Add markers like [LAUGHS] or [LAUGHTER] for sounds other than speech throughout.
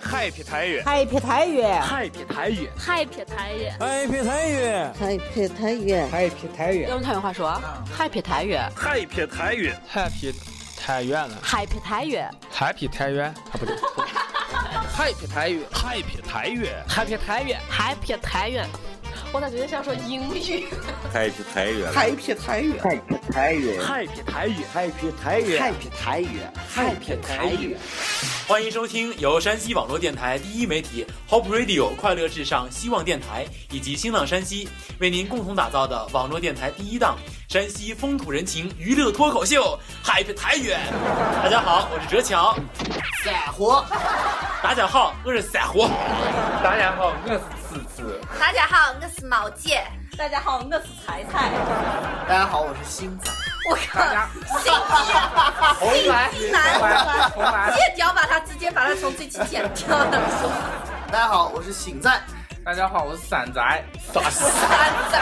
Happy 台语，Happy 台语，Happy 台语，Happy 台语，Happy 台语，Happy 台语，Happy 台语。用太原话说，Happy 台语，Happy 台语，Happy 太原了，Happy 台语，Happy 太原，啊不对，Happy 台语，Happy 台语，Happy 台语，Happy 台语。我咋觉得像说英语？Happy 台语，Happy 台语，Happy 台语，Happy 台语，Happy 台语，Happy 台语，Happy 台语。欢迎收听由山西网络电台第一媒体 Hope Radio 快乐至上希望电台以及新浪山西为您共同打造的网络电台第一档山西风土人情娱乐脱口秀 Happy 台语。大家好，我是哲强。散活。大家好，我是散活。大家好，我是次次。大家好，我是毛姐。大家好，我是彩彩。大家好，我是星仔。我靠，心机，心机男，借条把他直接把他从最起剪掉了。大家好，我是醒仔。大家好，我是散仔。散仔。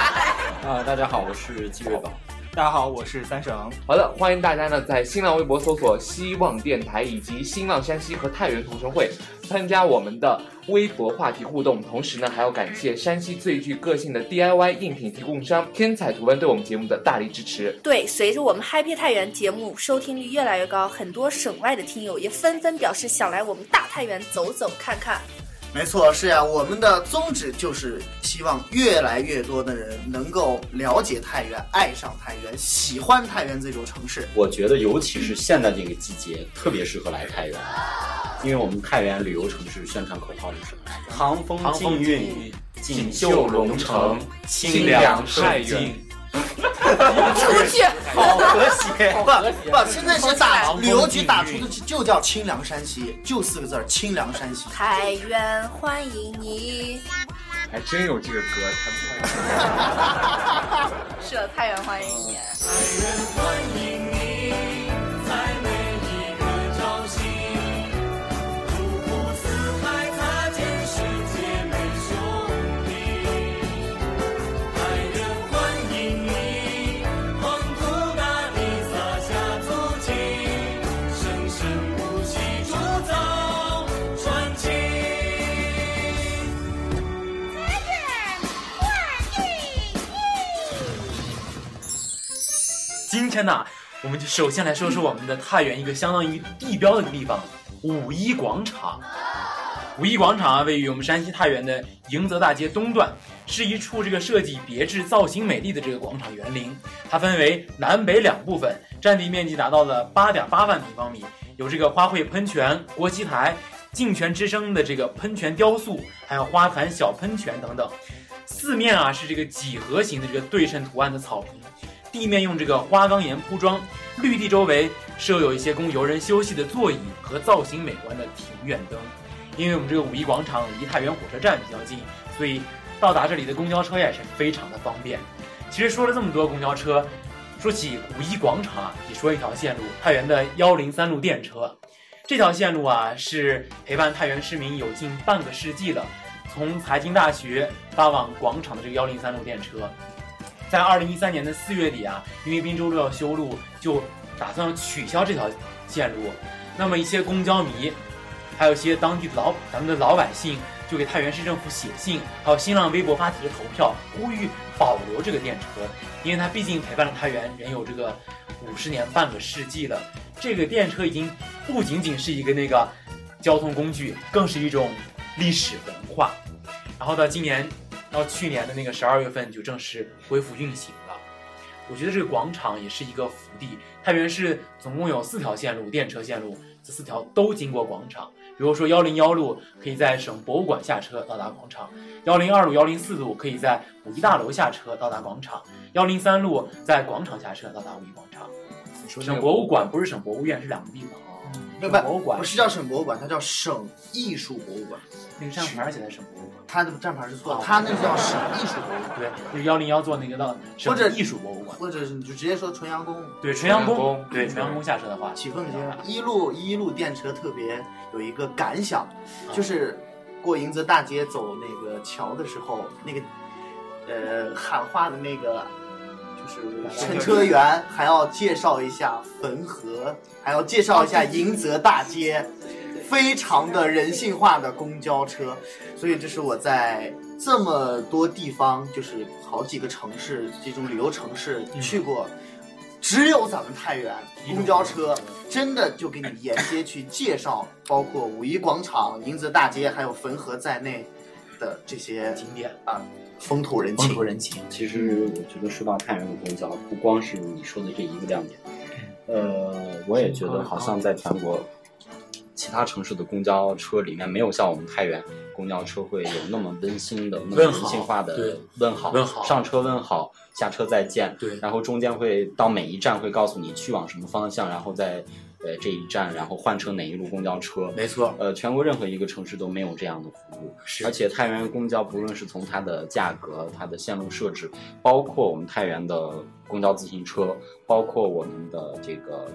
啊，大家好，我是季月宝。大家好，我是三省。好了，欢迎大家呢在新浪微博搜索“希望电台”以及“新浪山西”和“太原同城会”，参加我们的微博话题互动。同时呢，还要感谢山西最具个性的 DIY 应品提供商天彩图文对我们节目的大力支持。对，随着我们 Happy 太原节目收听率越来越高，很多省外的听友也纷纷表示想来我们大太原走走看看。没错，是呀、啊，我们的宗旨就是希望越来越多的人能够了解太原，爱上太原，喜欢太原这座城市。我觉得，尤其是现在这个季节，特别适合来太原，因为我们太原旅游城市宣传口号是什么？唐风劲韵，锦绣龙城，清凉太原。出去，好和 [LAUGHS] 谐，好和谐。不，现在是打旅游局打出的就叫清凉山西，就四个字儿，清凉山西。太原欢迎你，还真有这个歌，他们是的，太原欢迎你。太原欢迎你，在每一个朝夕。今天呢，我们就首先来说说我们的太原一个相当于地标的一个地方——五一广场。五一广场啊，位于我们山西太原的迎泽大街东段，是一处这个设计别致、造型美丽的这个广场园林。它分为南北两部分，占地面积达到了八点八万平方米，有这个花卉喷泉、国旗台、静泉之声的这个喷泉雕塑，还有花坛小喷泉等等。四面啊是这个几何形的这个对称图案的草坪。地面用这个花岗岩铺装，绿地周围设有一些供游人休息的座椅和造型美观的庭院灯。因为我们这个五一广场离太原火车站比较近，所以到达这里的公交车也是非常的方便。其实说了这么多公交车，说起五一广场啊，得说一条线路，太原的幺零三路电车。这条线路啊，是陪伴太原市民有近半个世纪了，从财经大学发往广场的这个幺零三路电车。在二零一三年的四月底啊，因为滨州路要修路，就打算取消这条线路。那么一些公交迷，还有一些当地的老咱们的老百姓，就给太原市政府写信，还有新浪微博发起了投票，呼吁保留这个电车，因为它毕竟陪伴了太原人有这个五十年半个世纪了。这个电车已经不仅仅是一个那个交通工具，更是一种历史文化。然后到今年。到去年的那个十二月份就正式恢复运行了。我觉得这个广场也是一个福地。太原市总共有四条线路，电车线路，这四条都经过广场。比如说幺零幺路可以在省博物馆下车到达广场，幺零二路、幺零四路可以在五一大楼下车到达广场，幺零三路在广场下车到达五一广场。省博物馆不是省博物院，是两个地方。嗯不博物馆不是叫省博物馆，它叫省艺术博物馆。那个站牌写在省博物馆，它的站牌是错的，它那叫省艺术博物馆。对，就是幺零幺座那个到或者艺术博物馆，或者你就直接说纯阳宫。对，纯阳宫，嗯对纯阳宫下车的话，起凤街一路一路电车特别有一个感想，就是过迎泽大街走那个桥的时候，那个呃喊话的那个。就是乘车员还要介绍一下汾河，还要介绍一下迎泽大街，非常的人性化的公交车，所以这是我在这么多地方，就是好几个城市这种旅游城市去过，只有咱们太原公交车真的就给你沿街去介绍，包括五一广场、迎泽大街还有汾河在内的这些景点啊，风土人情。人情。其实我觉得说到太原的公交，不光是你说的这一个亮点，呃，我也觉得好像在全国其他城市的公交车里面，没有像我们太原公交车会有那么温馨的、那么问人好性化的对问好，问好上车问好，下车再见，对，然后中间会到每一站会告诉你去往什么方向，然后再。呃，这一站，然后换乘哪一路公交车？没错。呃，全国任何一个城市都没有这样的服务。是而且太原公交不论是从它的价格、它的线路设置，包括我们太原的公交自行车，包括我们的这个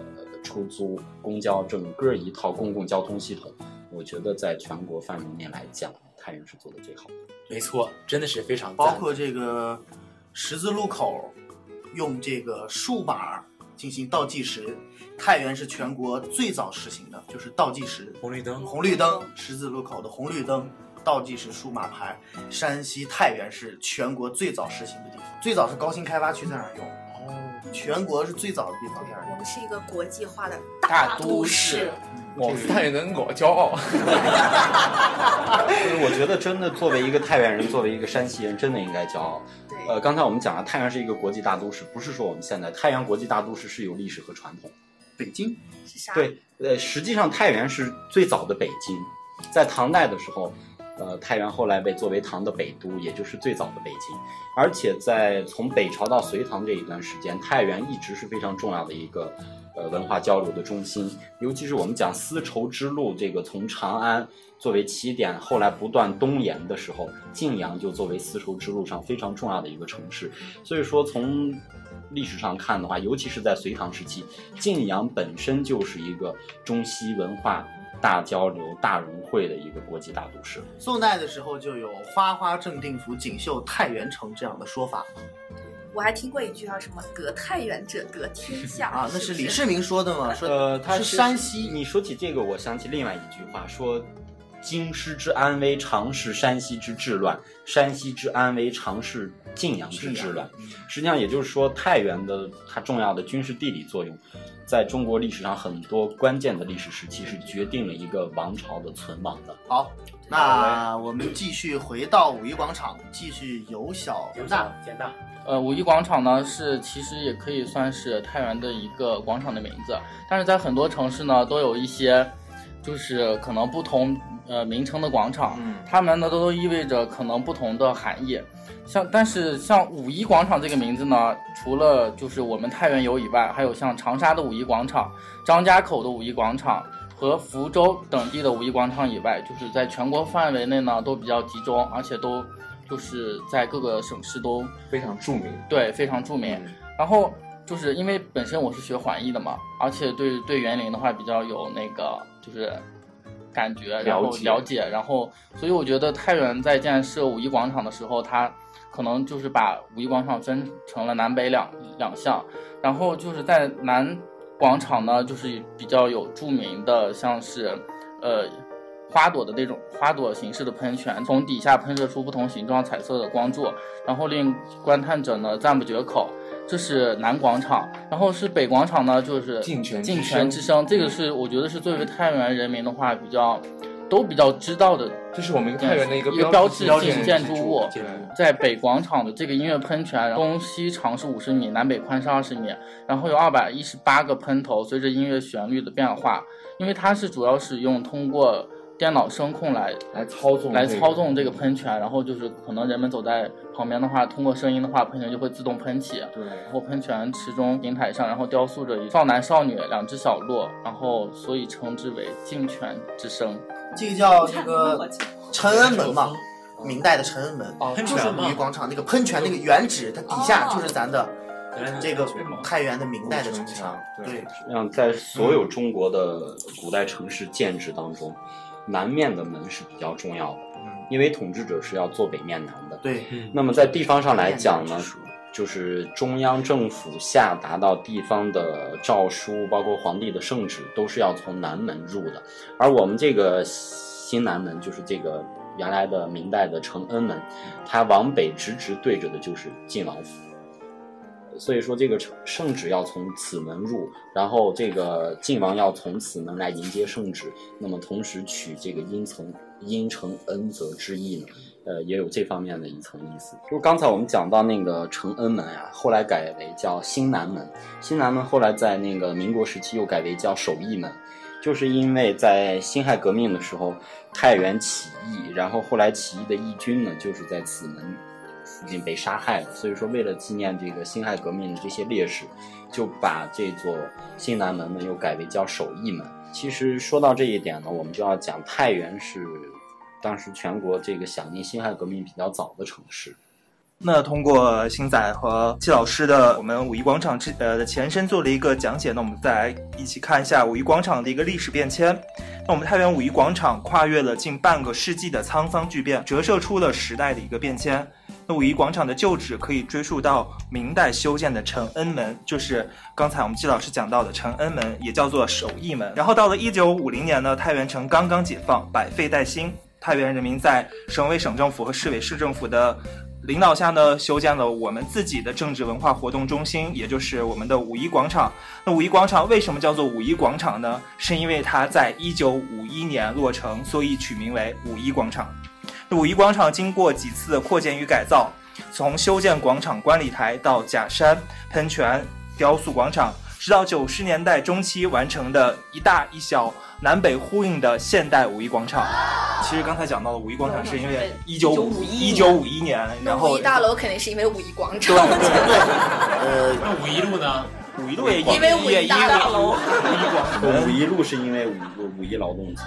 出租公交，整个一套公共交通系统，我觉得在全国范围内来讲，太原是做的最好的。没错，真的是非常包括这个十字路口用这个竖把进行倒计时，太原是全国最早实行的，就是倒计时。红绿灯，红绿灯，十字路口的红绿灯倒计时数码牌，山西太原是全国最早实行的地方，最早是高新开发区在那儿用，哦，全国是最早的地方在那儿我用。们是一个国际化的大都市，我们太原人我骄傲。就是我觉得真的作为一个太原人，作为一个山西人，真的应该骄傲。呃，刚才我们讲了，太原是一个国际大都市，不是说我们现在太原国际大都市是有历史和传统。北京是啥？对，呃，实际上太原是最早的北京，在唐代的时候，呃，太原后来被作为唐的北都，也就是最早的北京。而且在从北朝到隋唐这一段时间，太原一直是非常重要的一个呃文化交流的中心。尤其是我们讲丝绸之路，这个从长安作为起点，后来不断东延的时候，晋阳就作为丝绸之路上非常重要的一个城市。所以说从历史上看的话，尤其是在隋唐时期，晋阳本身就是一个中西文化大交流、大融汇的一个国际大都市。宋代的时候就有“花花正定府，锦绣太原城”这样的说法我还听过一句叫什么“隔太原者得天下”啊，那是是不李世民说的吗？说呃，它是山西。西。你说起这个，我想起另外一句话，说“京师之安危，常是山西之治乱；山西之安危，常是晋阳之治乱”。实际上，也就是说，太原的它重要的军事地理作用，在中国历史上很多关键的历史时期是决定了一个王朝的存亡的。好，那我们继续回到五一广场，继续由小由大简大。呃，五一广场呢是其实也可以算是太原的一个广场的名字，但是在很多城市呢都有一些，就是可能不同呃名称的广场，它们呢都都意味着可能不同的含义。像但是像五一广场这个名字呢，除了就是我们太原有以外，还有像长沙的五一广场、张家口的五一广场和福州等地的五一广场以外，就是在全国范围内呢都比较集中，而且都就是在各个省市都非常著名。对，非常著嗯嗯名。然后就是因为本身我是学环艺的嘛，而且对对园林的话比较有那个就是感觉，然后了解了解，然后所以我觉得太原在建设五一广场的时候，它可能就是把五一广场分成了南北两两项，然后就是在南广场呢，就是比较有著名的，像是呃花朵的那种花朵形式的喷泉，从底下喷射出不同形状、彩色的光柱，然后令观看者呢赞不绝口。这是南广场，然后是北广场呢，就是尽泉之嗯尽泉之声，这个是我觉得是作为太原人民的话比较都比较知道的，这是我们太原的一个一个标志标志性性建建筑筑物物建筑物，在北广场的这个音乐喷泉，东西长是五十米，南北宽是二十米，然后有二百一十八个喷头，随着音乐旋律的变化，因为它是主要使用通过电脑声控来来操纵来这个操纵这个喷泉，然后就是可能人们走在旁边的话，通过声音的话，喷泉就会自动喷起。对，然后喷泉池中平台上，然后雕塑着少男少女两只小鹿，然后所以称之为敬泉之声。这个叫这个陈恩门嘛，明代的陈恩门，喷就是哦泉吗五一广场那个喷泉那个原址，它底下就是咱的这个嗯太原的明代的城墙。对，嗯，在所有中国的古代城市建制当中，南面的门是比较重要的，因为统治者是要坐北面南的。嗯对那么在地方上来讲呢，就是中央政府下达到地方的诏书，包括皇帝的圣旨，都是要从南门入的。而我们这个新南门，就是这个原来的明代的承恩门，它往北直直对着的就是敬老府。所以说，这个圣圣旨要从此门入，然后这个晋王要从此门来迎接圣旨，那么同时取这个因从因承恩泽之意呢，呃，也有这方面的一层意思。就是刚才我们讲到那个承恩门啊，后来改为叫新南门，新南门后来在那个民国时期又改为叫守义门，就是因为在辛亥革命的时候，太原起义，然后后来起义的义军呢，就是在此门附近被杀害了，所以说为了纪念这个辛亥革命的这些烈士，就把这座新南门呢又改为叫守义门。其实说到这一点呢，我们就要讲太原是当时全国这个响应辛亥革命比较早的城市。那通过星仔和季老师的我们五一广场之呃的前身做了一个讲解，那我们再来一起看一下五一广场的一个历史变迁。那我们太原五一广场跨越了近半个世纪的沧桑巨变，折射出了时代的一个变迁。那五一广场的旧址可以追溯到明代修建的承恩门，就是刚才我们季老师讲到的承恩门，也叫做守义门。然后到了一九五零年呢，太原城刚刚解放，百废待兴，太原人民在省委省政府和市委市政府的领导下呢，修建了我们自己的政治文化活动中心，也就是我们的五一广场。那五一广场为什么叫做五一广场呢？是因为它在一九五一年落成，所以取名为五一广场。那五一广场经过几次的扩建与改造，从修建广场观礼台到假山、喷泉、雕塑广场，直到九十年代中期完成的一大一小南北呼应的现代五一广场。其实刚才讲到了五一广场，是因为一九五一九五一年，然那后五一大楼肯定是因为五一广场对，呃，那五一路呢？五一路也因为五一大楼。五一路是因为五五一劳动节，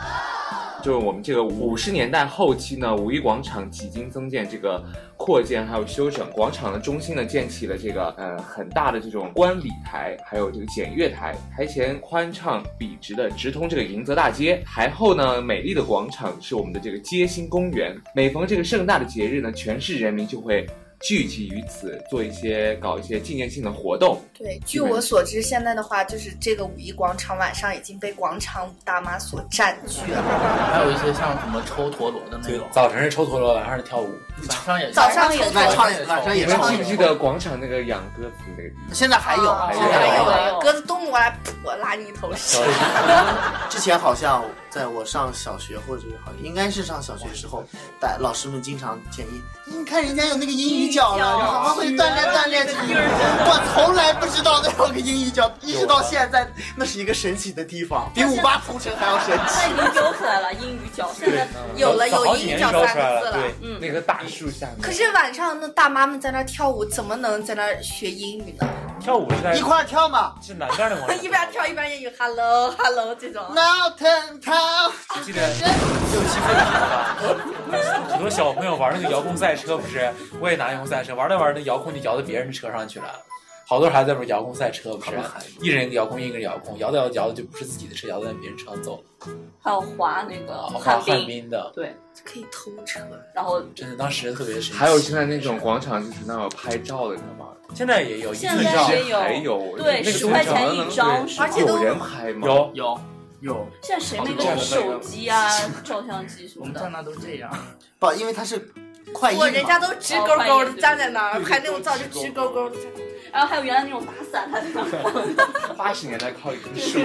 就是我们这个五十年代后期呢，五一广场几经增建，这个扩建还有修整，广场的中心呢建起了这个呃很大的这种观礼台，还有这个检阅台，台前宽敞笔直的直通这个迎泽大街，台后呢美丽的广场是我们的这个街心公园。每逢这个盛大的节日呢，全市人民就会。聚集于此，做一些搞一些纪念性的活动。对，据我所知，现在的话就是这个五一广场晚上已经被广场舞大妈所占据了。还有一些像什么抽陀螺的那种，早晨是抽陀螺，晚上是跳舞，晚上也早上也抽晚上也抽晚上也你们抽记不记得广场那个养鸽子那个地方？现在哦还有，现在还有有鸽子动过来，噗我拉你一头屎。之前好像在我上小学或者好像应该是上小学时候，大老师们经常建议，你看人家有那个英语角了，你好好会锻炼锻炼。我从来不知道那有个英语角，一直到现在，那是一个神奇的地方，比五八同城还要神那已经奇。教出来了英语角，现在有了有好英几语年角标三出来个字了，了。嗯对，那棵大树下面。可是晚上那大妈们在那儿跳舞，怎么能在那儿学英语呢？跳舞是在一块儿跳嘛，是南边的 [LAUGHS] 一边跳一边英语，hello hello 这种。闹腾他，记得六七分吧，很多小朋友玩那个遥控赛车，不是？我也拿遥控赛车，玩着玩着，遥控就摇到别人的车上去了。好多孩子不是遥控赛车，不是？一人一个遥控，一个人遥控，摇到摇着摇着就不是自己的车，摇到别人车上走了。还有滑那个旱旱冰，冰的，对，可以偷车，然后真的当时特别神奇。还有现在那种广场就是那种拍照的，你知道吗？现在也有现在也有还有哦对那个10块钱广场一张是吧而且都有人拍吗？有有有，现在谁没个手机啊、照相机什么的？那都这样。不，因为它是快不，人家都直勾勾的站在那儿拍那种照，就直勾勾的。然后还有原来那种打伞，他在那八十年代靠一棵树。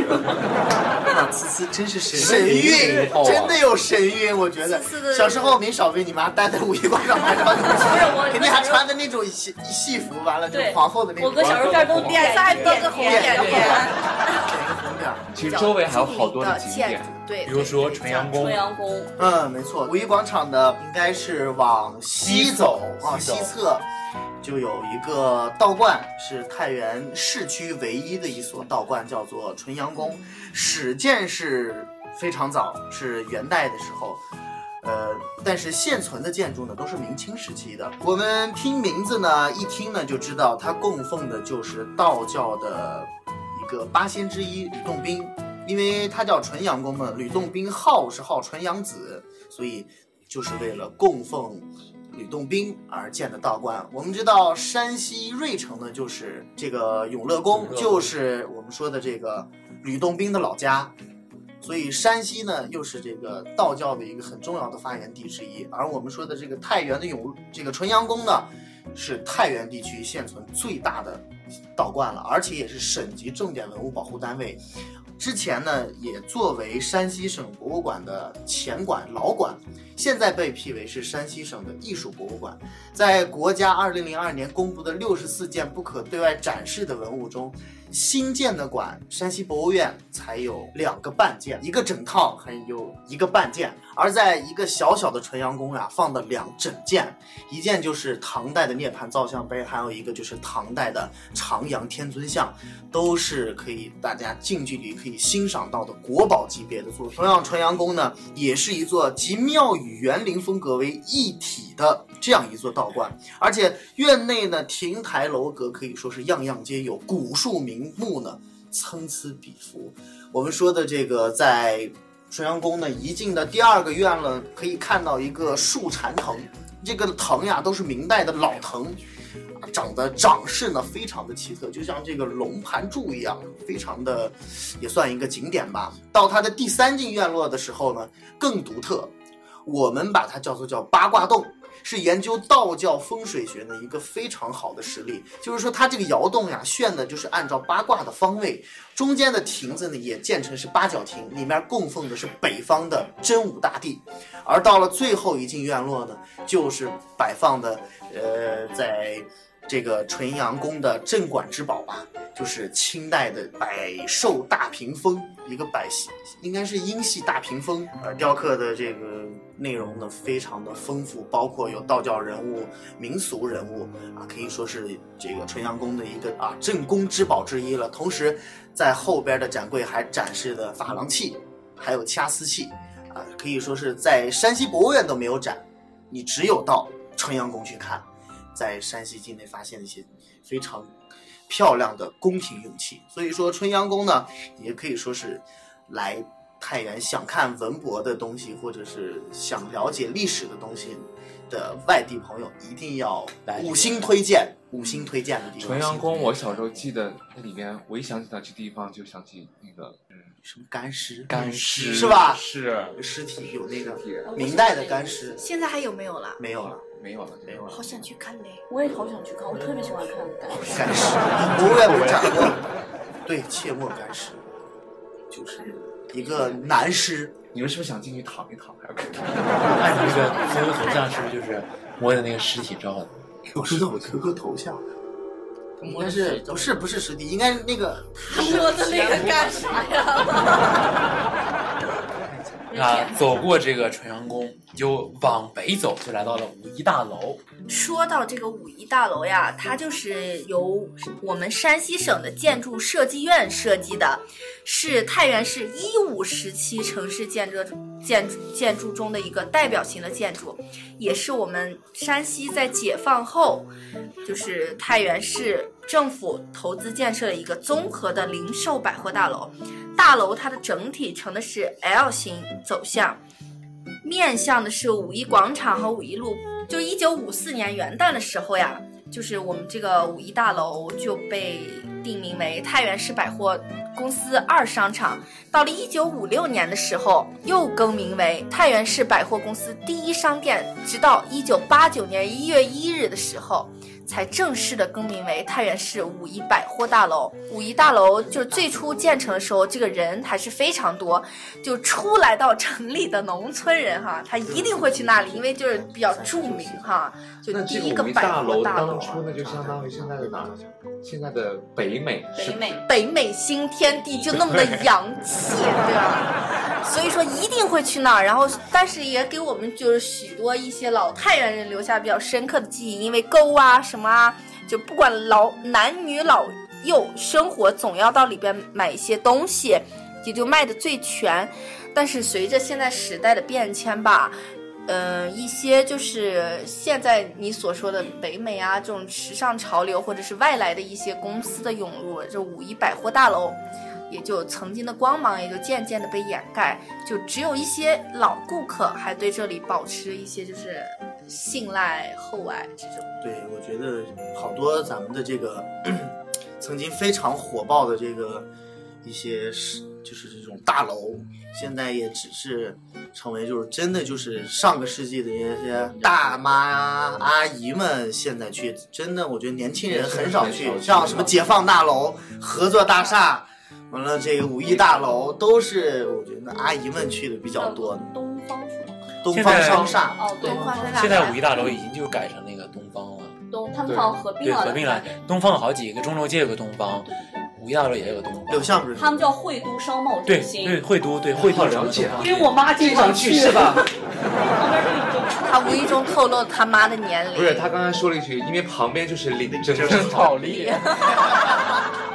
[LAUGHS] 思思真是神韵，真的有神韵，我觉得思思的。小时候没少被你妈带在五一广场拍照，不是我肯定还穿的那种戏戏服，完了就对皇后的那种。我哥小时候这儿都脸上还点标个红点点。其实周围还有好多的景点，对，比如说纯阳宫春阳宫，嗯，没错，五一广场的应该是往西走，往西侧就有一个道观，是太原市区唯一的一所道观，叫做纯阳宫。始建是非常早，是元代的时候。呃，但是现存的建筑呢，都是明清时期的。我们听名字呢，一听呢就知道，它供奉的就是道教的一个八仙之一吕洞宾，因为他叫纯阳公嘛，吕洞宾号是号纯阳子，所以就是为了供奉吕洞宾而建的道观。我们知道山西芮城呢，就是这个永乐宫，就是我们说的这个吕洞宾的老家。所以山西呢，又是这个道教的一个很重要的发源地之一。而我们说的这个太原的永这个纯阳宫呢，是太原地区现存最大的道观了，而且也是省级重点文物保护单位。之前呢，也作为山西省博物馆的前馆老馆，现在被批为是山西省的艺术博物馆。在国家二零零二年公布的六十四件不可对外展示的文物中，新建的馆山西博物院才有两个半件，一个整套还有一个半件，而在一个小小的纯阳宫啊，放的两整件，一件就是唐代的涅盘造像碑，还有一个就是唐代的长阳天尊像，都是可以大家近距离可以欣赏到的国宝级别的作品。同样，纯阳宫呢，也是一座集庙宇园林风格为一体的这样一座道观，而且院内呢亭台楼阁可以说是样样皆有，古树名木呢参差比伏。我们说的这个在纯阳宫呢一进的第二个院了，可以看到一个树缠藤，这个藤呀都是明代的老藤，长得长势呢非常的奇特，就像这个龙盘柱一样，非常的也算一个景点吧。到它的第三进院落的时候呢，更独特，我们把它叫做叫八卦洞。是研究道教风水学的一个非常好的实例，就是说它这个窑洞呀，炫的就是按照八卦的方位，中间的亭子呢也建成是八角亭，里面供奉的是北方的真武大帝，而到了最后一进院落呢，就是摆放的呃在。这个纯阳宫的镇馆之宝吧，就是清代的百寿大屏风，一个百戏应该是英系大屏风，呃，雕刻的这个内容呢非常的丰富，包括有道教人物、民俗人物啊，可以说是这个纯阳宫的一个啊镇宫之宝之一了。同时，在后边的展柜还展示的珐琅器，还有掐丝器，啊，可以说是在山西博物院都没有展，你只有到纯阳宫去看。在山西境内发现了一些非常漂亮的宫廷用器。所以说，春阳宫呢，也可以说是来太原想看文博的东西，或者是想了解历史的东西的外地朋友，一定要五星推荐，五星推荐的地方。纯阳宫，我小时候记得那里面，我一想起到这地方就想起那个，嗯，什么干尸，干尸是吧？是有尸体，有那个明代的干尸，现在还有没有了？没有了，没有了，没有了。好想去看嘞！我也好想去看，我特别喜欢看感受。干尸，博物院不是展过？对，切莫干尸，就是一个男尸。你们是不是想进去躺一躺？还要看？按这个 QQ 头像是不是就是摸的那个尸体照的？我知道我 QQ 头像，应该是不是不是实体，应该是那个他说的那个干啥呀？那走过这个纯阳宫，你就往北走，就来到了五一大楼。说到这个五一大楼呀，它就是由我们山西省的建筑设计院设计的，是太原市一五时期城市建筑建筑建筑中的一个代表性的建筑，也是我们山西在解放后，就是太原市政府投资建设的一个综合的零售百货大楼。大楼它的整体呈的是 L 型走向。面向的是五一广场和五一路。就一九五四年元旦的时候呀，就是我们这个五一大楼就被定名为太原市百货公司二商场。到了一九五六年的时候，又更名为太原市百货公司第一商店，直到一九八九年一月一日的时候。才正式的更名为太原市五一百货大楼。五一大楼就是最初建成的时候，这个人还是非常多，就初来到城里的农村人哈，他一定会去那里，因为就是比较著名哈，就那第这一个个五一百货大楼大当啊楼。初那就相当于现在的哪？现在的北美是嗯美北美新天地就那么的洋气，对吧？所以说一定会去那儿，然后但是也给我们就是许多一些老太原人留下比较深刻的记忆，因为沟啊什么啊，就不管老男女老幼，生活总要到里边买一些东西，也就卖的最全。但是随着现在时代的变迁吧，呃，一些就是现在你所说的北美啊这种时尚潮流，或者是外来的一些公司的涌入，这五一百货大楼也就曾经的光芒也就渐渐的被掩盖，就只有一些老顾客还对这里保持一些就是信赖、厚爱这种。对，我觉得好多咱们的这个曾经非常火爆的这个一些是就是这种大楼，现在也只是成为就是真的就是上个世纪的那些大妈啊阿姨们现在去，真的我觉得年轻人很少去，像什么解放大楼、合作大厦。完了，这个五一大楼都是我觉得阿姨们去的比较多。东方东现方在商厦，哦，东方商厦现在五一大楼已经就改成那个东方了，东他们好像合并对，了，合并了。东方有好几个，钟楼街有个东方，五一大楼也有个东方。柳巷不他们叫惠都商贸对中心。对，惠都对惠都了解因为我妈经常去是吧？ [LAUGHS] 他无意中透露了他妈的年龄。不是，他刚才说了一句，因为旁边就是领证套 [LAUGHS] 利。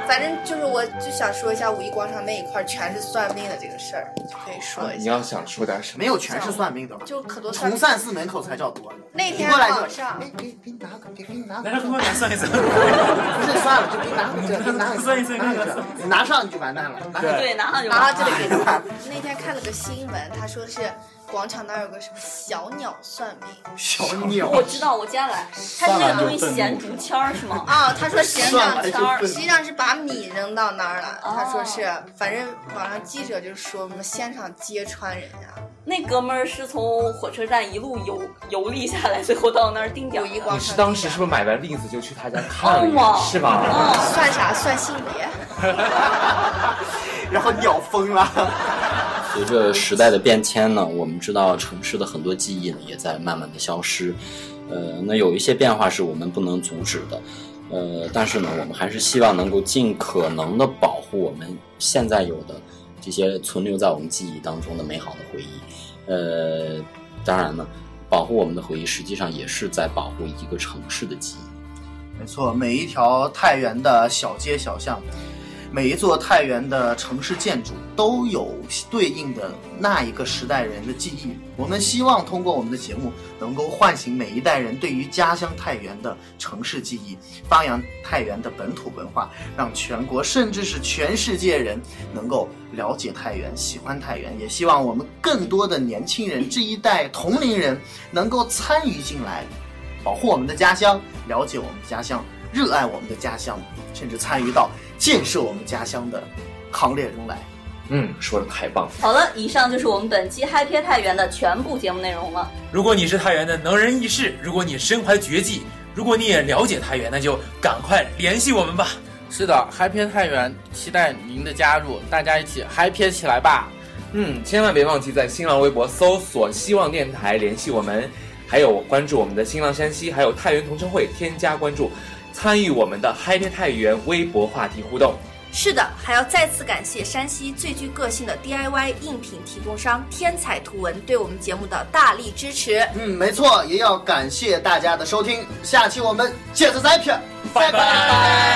反正就是，我就想说一下五一广场那一块儿全是算命的这个事儿，就可以说一啊你下。要想说点什么？没有全是算命的吧？就可多算从命善寺门口才叫多呢。那天过来就早上，给给你拿个，给给你拿个。来，给我算一算。不是算了，就给你拿回去，给你拿回去，算一算，拿回去，你拿上你就完蛋了。拿上对拿上就然后完就得给 [LAUGHS] 他。那天看了个新闻，他说是广场那儿有个什么小鸟算命，小我知道，我接下来，它是那个东西衔竹签儿是吗？啊、他说实际上竹签儿实际上是把米扔到那儿了。他说是，反正网上记者就说我们现场揭穿人啊家。那哥们儿是从火车站一路游游历下来，最后到那儿定点。一你是当时是不是买完栗子就去他家看了一哦眼，是吧？算啥？算性别？然后鸟疯了。随着时代的变迁呢，我们知道城市的很多记忆呢也在慢慢的消失，呃，那有一些变化是我们不能阻止的，呃，但是呢，我们还是希望能够尽可能的保护我们现在有的这些存留在我们记忆当中的美好的回忆，呃，当然呢，保护我们的回忆实际上也是在保护一个城市的记忆。没错，每一条太原的小街小巷，每一座太原的城市建筑都有对应的那一个时代人的记忆。我们希望通过我们的节目，能够唤醒每一代人对于家乡太原的城市记忆，发扬太原的本土文化，让全国甚至是全世界人能够了解太原、喜欢太原。也希望我们更多的年轻人这一代同龄人能够参与进来，保护我们的家乡，了解我们的家乡，热爱我们的家乡，甚至参与到建设我们家乡的行列中来。嗯，说的太棒了。好了，以上就是我们本期《嗨撇太原》的全部节目内容了。 [LAUGHS] 如果你是太原的能人异士，如果你身怀绝技，如果你也了解太原，那就赶快联系我们吧。是的，嗨撇太原，期待您的加入，大家一起嗨撇起来吧！嗯，千万别忘记在新浪微博搜索“希望电台”联系我们，还有关注我们的新浪山西，还有太原同城会，添加关注，参与我们的 “Happy 太原”微博话题互动。是的，还要再次感谢山西最具个性的 DIY 印品提供商天彩图文对我们节目的大力支持。嗯，没错，也要感谢大家的收听，下期我们接着再片，拜拜